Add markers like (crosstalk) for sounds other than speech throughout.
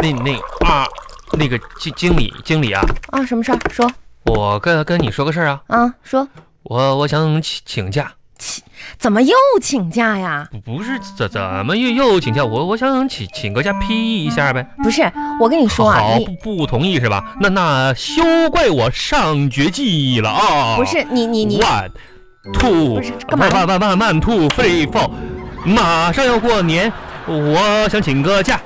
那那啊，那个经经理经理啊，啊，什么事儿？说我跟跟你说个事儿啊，啊，说我我想请请假，怎么又请假呀？不不是怎怎么又又请假，我我想请请个假批一下呗。不是，我跟你说啊，好你不不同意是吧？那那休怪我上绝技了啊！不是你你你 one two，不是干嘛慢慢慢慢 two three four，马上要过年，我想请个假。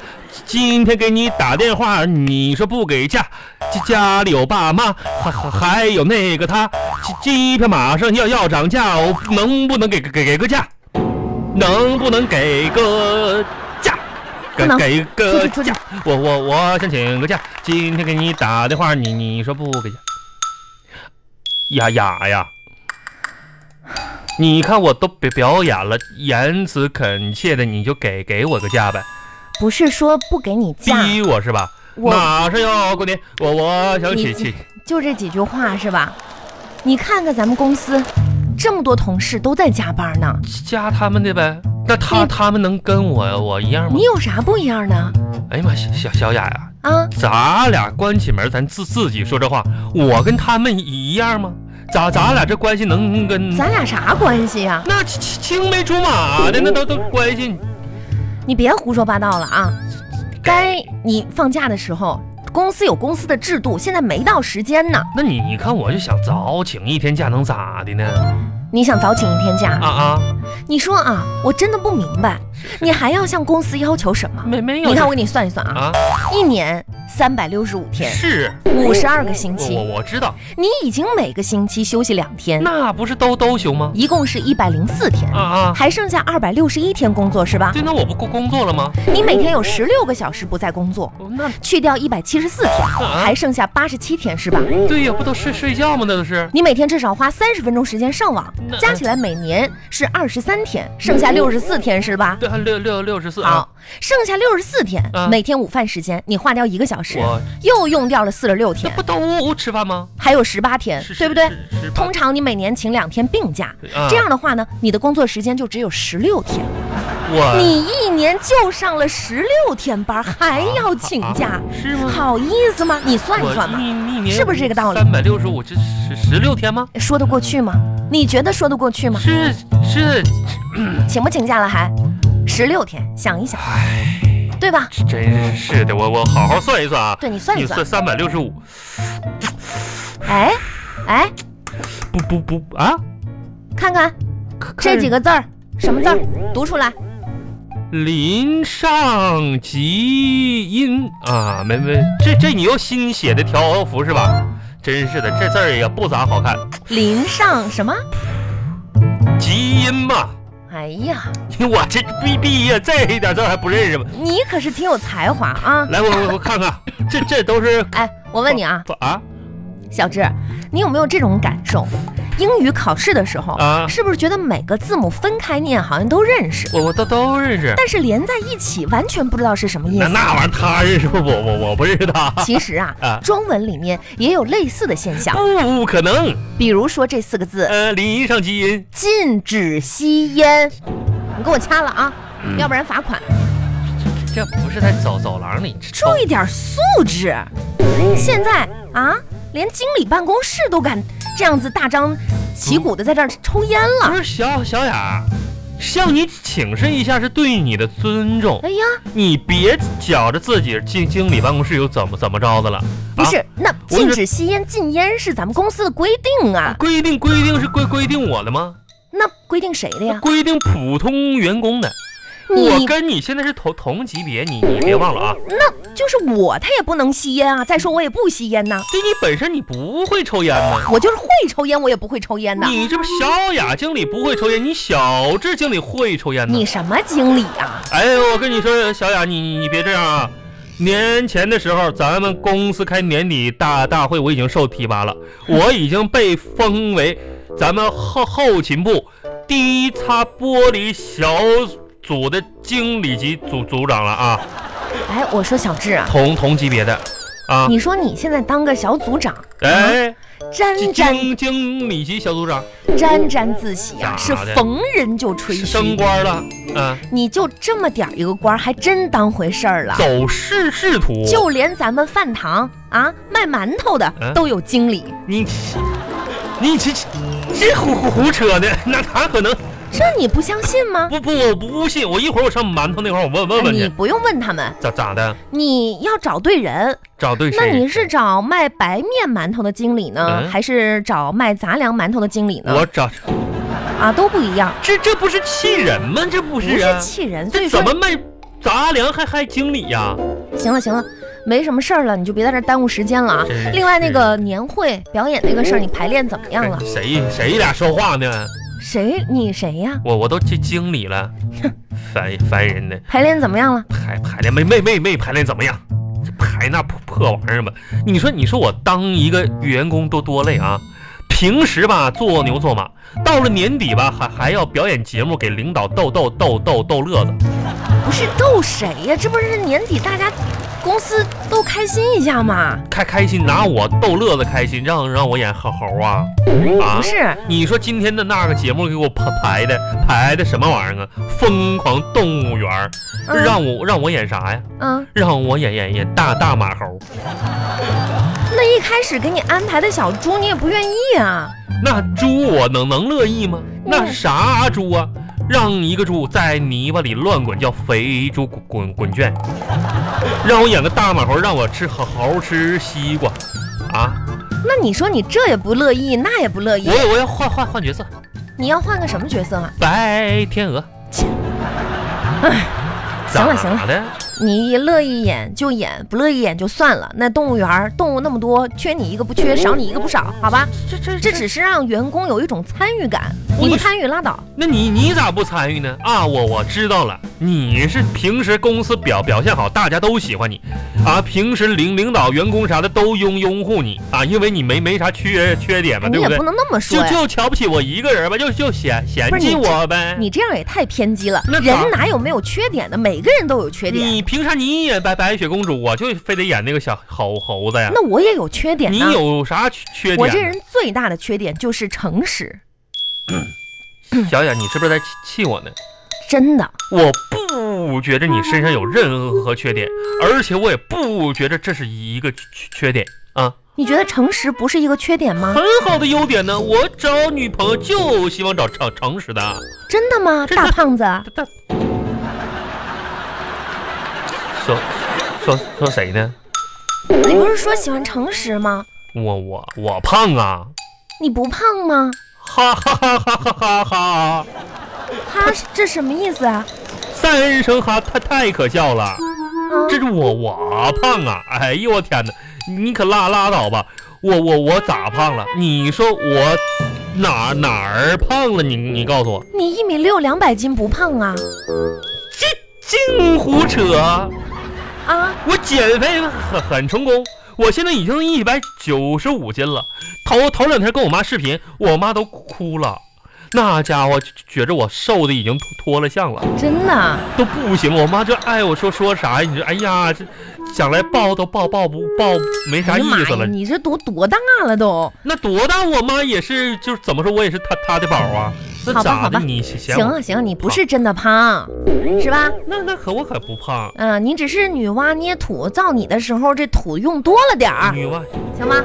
今天给你打电话，你说不给假，家家里有爸妈，还还还有那个他，机机票马上要要涨价，我能不能给给给个假？能不能给个假？给不能给出个去出去假！我我我想请个假，今天给你打电话，你你说不给假？雅雅呀！你看我都表表演了，言辞恳切的，你就给给我个假呗，不是说不给你假，逼我是吧？我马上要过年，我我想你请请，就这几句话是吧？你看看咱们公司这么多同事都在加班呢，加他们的呗。那他你他们能跟我我一样吗你？有啥不一样呢？哎呀妈，小小小雅呀，啊，咱俩关起门，咱自自己说这话，我跟他们一样吗？咋咱俩这关系能跟？咱俩啥关系呀、那青青梅竹马的那都都关系，你别胡说八道了啊！该你放假的时候，公司有公司的制度，现在没到时间呢。那你你看我就想早请一天假能咋的呢？你想早请一天假？啊啊！你说啊，我真的不明白，你还要向公司要求什么？没没有？你看，我给你算一算啊，啊，一年三百六十五天，是52个星期我我我知道，你已经每个星期休息两天，那不是都都休吗？一共是一百零四天，啊啊！还剩下二百六十一天工作是吧？对，那我不工工作了吗？你每天有十六个小时不在工作，那去掉一百七十四天，啊还剩下八十七天是吧？对呀，不都睡睡觉吗？那都是。你每天至少花三十分钟时间上网那，加起来每年是二十三天，剩下六十四天是吧？对，六六六十四啊！好，剩下六十四天啊，每天午饭时间你花掉一个小时，我又用掉了四十那六天， (laughs) 不都吃饭吗？还有十八天是，对不对？？是是通常你每年请两天病假，啊这样的话呢，你的工作时间就只有十六天，我你一年就上了十六天班，还要请假，啊是吗？好意思吗？你算一我算吧，一一年是不是这个道理三百六十五，这十十六天吗？说得过去吗？你觉得说得过去吗？是是，请不请假了还？十六天，想一想，哎，对吧？真是的，我我好好算一算啊。对你算一你算算，三百六十五，哎，哎，不不不啊！看看看这几个字儿，什么字儿？读出来。林上吉音啊，没没，这这你又新写的条幅是吧？真是的，这字儿也不咋好看，林上什么？吉音嘛。哎呀，我这毕毕业这一点字儿还不认识吗？你可是挺有才华啊！来，我我我看看，这这都是哎，我问你啊，不啊小智，你有没有这种感受？英语考试的时候，啊，是不是觉得每个字母分开念好像都认识，我我都都认识。但是连在一起完全不知道是什么意那思？那玩意儿他认识不？我我我不认识他，其实啊啊，中文里面也有类似的现象，不可能。比如说这四个字呃，林上吉音“禁止吸烟”，你给我掐了啊，嗯要不然罚款。这不是在走走廊里抽注意点素质。现在啊，连经理办公室都敢这样子大张旗鼓的在这儿抽烟了。不是小小雅，向你请示一下是对你的尊重，哎呀，你别觉着自己经经理办公室又怎么怎么着的了。不是，啊、那我是禁止吸烟、禁烟是咱们公司的规定啊。规定规定是规规定我的吗？那规定谁的呀？规定普通员工的。我你跟你现在是同同级别，你你别忘了啊，那就是我，他也不能吸烟啊。再说我也不吸烟呐，对你本身你不会抽烟呢。我就是会抽烟，我也不会抽烟呐。你这不小雅经理不会抽烟，你小智经理会抽烟呢。你什么经理啊？哎，我跟你说，小雅，你你你别这样啊！年前的时候，咱们公司开年底大大会，我已经受提拔了，我已经被封为咱们后后勤部第一擦玻璃小组的经理级组组长了啊，哎，我说小智啊，同同级别的啊，你说你现在当个小组长，哎，沾沾经经理级小组长沾沾自喜啊，是咋的逢人就吹嘘升。官了，啊，你就这么点儿一个官儿，还真当回事儿了。走仕仕途，就连咱们饭堂啊卖馒头的嗯都有经理，你你这这胡胡胡扯呢，那哪可能？这你不相信吗？不不，我不信，我一会儿我上馒头那块儿我问问问哎你去，不用问他们，咋咋的？你要找对人。找对那谁？你是找卖白面馒头的经理呢，嗯还是找卖杂粮馒头的经理呢？我找啊，都不一样，这这不是气人吗？这不不是是啊，气人。所以这说怎，么卖杂粮还还经理呀？行了行了，没什么事儿了，你就别在这儿耽误时间了啊真是。另外那个年会表演那个事儿，你排练怎么样了？哎谁谁俩说话呢？谁？你谁呀？我我都这经理了，烦烦人呢。排练怎么样了？排排练没没没没排练怎么样？这排那破破玩意儿吧，你说你说我当一个员工多多累啊！平时吧做牛做马，到了年底吧还还要表演节目给领导逗逗逗逗逗乐子。不是逗谁呀？这不是年底大家公司都开心一下吗？开开心，拿我逗乐子开心，让让我演好猴啊啊不！是，你说今天的那个节目给我排排的排的什么玩意儿啊？疯狂动物园儿，嗯让我让我演啥呀？嗯，让我演演演大大马猴。那一开始给你安排的小猪，你也不愿意啊。那猪我能能乐意吗？那嗯啥猪啊，让一个猪在泥巴里乱滚，叫肥猪滚滚滚 (laughs) 圈。让我演个大马猴，让我吃好猴吃西瓜，啊！那你说你这也不乐意，那也不乐意我，我要换换换角色，你要换个什么角色啊？白天鹅。哎行了咋行了的？你乐意演就演，不乐意演就算了。那动物园儿动物那么多，缺你一个不缺，少你一个不少，好吧？这这这只是让员工有一种参与感，我你不也是啊参与拉倒。那你你咋不参与呢？啊，我我知道了，你是平时公司表表现好，大家都喜欢你，啊，平时领领导、员工啥的都拥拥护你啊，因为你没没啥缺缺点嘛，你对也对不？能那么说就呀，就瞧不起我一个人吧，就就嫌嫌不是弃你我呗。你这样也太偏激了那。咋人哪有没有缺点的？每个人都有缺点。你凭啥你演白白雪公主，我就非得演那个小猴猴子呀？那我也有缺点你呢。有啥缺缺我这点？人最大的缺点就是诚实，小雅，你是不是在气气我呢？真的。我不觉着你身上有任何缺点，而且我也不觉着这是一个缺缺点啊，你觉得诚实不是一个缺 (laughs) 点吗？很好的优点呢。我找女朋友就希望找诚诚实的啊。真的 (laughs) 吗，真的大胖子？这这说说说谁呢？你不是说喜欢诚实吗？我我我胖啊！你不胖吗？哈哈哈哈哈哈哈！哈， (laughs) 这什么意思啊？三声哈，太太可笑了。啊这是我我胖啊！哎呦我天哪，你可拉拉倒吧！我我我咋胖了？你说我哪哪儿胖了？你你告诉我，你一米六，两百斤不胖啊？净胡扯！啊，我减肥很很成功，我现在已经一百九十五斤了。头头两天跟我妈视频，我妈都哭了。那家伙觉着我瘦的已经脱脱了相了，真的？都不行。我妈就哎我说说啥呀？你说哎呀，这想来抱都抱抱不抱没啥哎意呀妈思了呀，。你这都多大了都？那多大？我妈也是，就是怎么说，我也是她她的宝啊。那好吧咋好的？吧你嫌行我？啊行啊，你不是真的胖，是吧？那那可我可不胖，嗯、你只是女娲捏土造你的时候，这土用多了点儿，女娲行吗？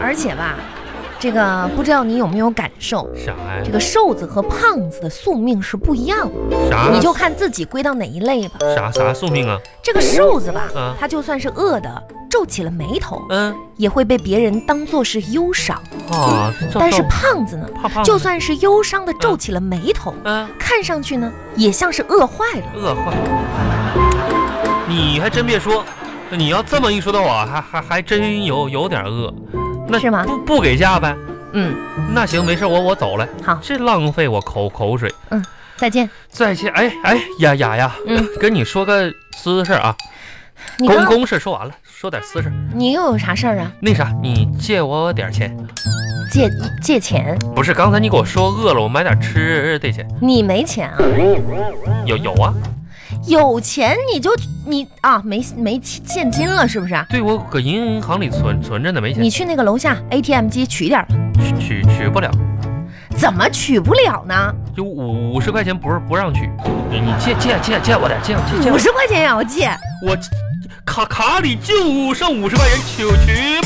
而且吧，这个不知道你有没有感受，啥呀这？个瘦子和胖子的宿命是不一样的，啥？你就看自己归到哪一类吧。啥啥宿命啊？这个瘦子吧啊，他就算是饿的，皱起了眉头，嗯也会被别人当作是忧伤。啊，这但是这胖子呢，怕胖就算是忧伤的皱起了眉头，嗯看上去呢也像是饿坏了。饿坏了。你还真别说，你要这么一说的话，还还还真有有点饿。那是吗不不给价呗？嗯，那行，没事，我我走了。好这浪费我口口水。再见。再见，哎哎，雅雅呀，嗯跟你说个私事儿啊，你公刚公事说完了，说点私事儿。你又有啥事儿啊？那啥，你借我点儿钱？借借钱？不是，刚才你给我说饿了，我买点吃的去。你没钱啊？有有啊，有钱你就你啊，没没现现金了是不是啊？对我搁银行里存存着呢，没钱你去那个楼下 ATM 机取点儿吧，取取取不了，怎么取不了呢？就五五十块钱不是不让取，你你借借借借我点，借借借我五十块钱也要借，我卡卡里就剩五十块钱，取取